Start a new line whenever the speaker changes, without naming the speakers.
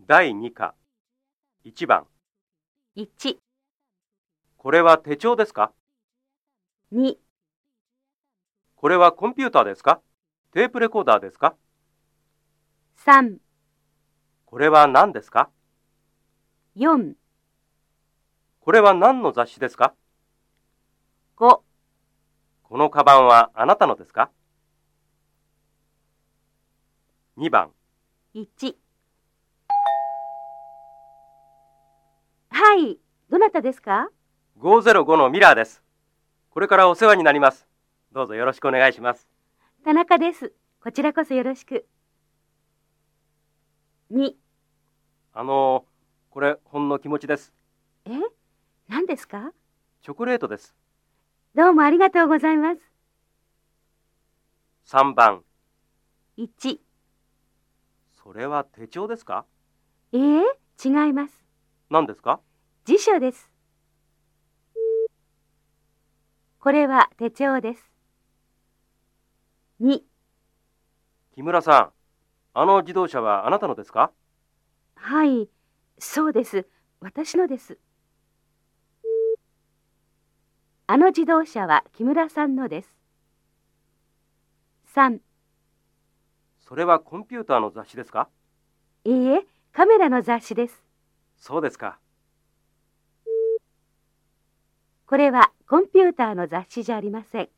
第2課1番
1、
これは手帳ですか
2、
これはコンピューターですかテープレコーダーですか
3、
これは何ですか
4、
これは何の雑誌ですか
5。
このカバンはあなたのですか ?2 番
1はい、どなたですか
505のミラーです。これからお世話になります。どうぞよろしくお願いします。
田中です。こちらこそよろしく。2、
あのーこれほんの気持ちです。
え何ですか
チョコレートです。
どうもありがとうございます。
3番
1、
それは手帳ですか
ええ違います。
何ですか
辞書です。これは手帳です。2、
木村さん、あの自動車はあなたのですか
はい、そうです。私のです。あの自動車は木村さんのです。三、
それはコンピューターの雑誌ですか
いいえ、カメラの雑誌です。
そうですか。
これはコンピューターの雑誌じゃありません。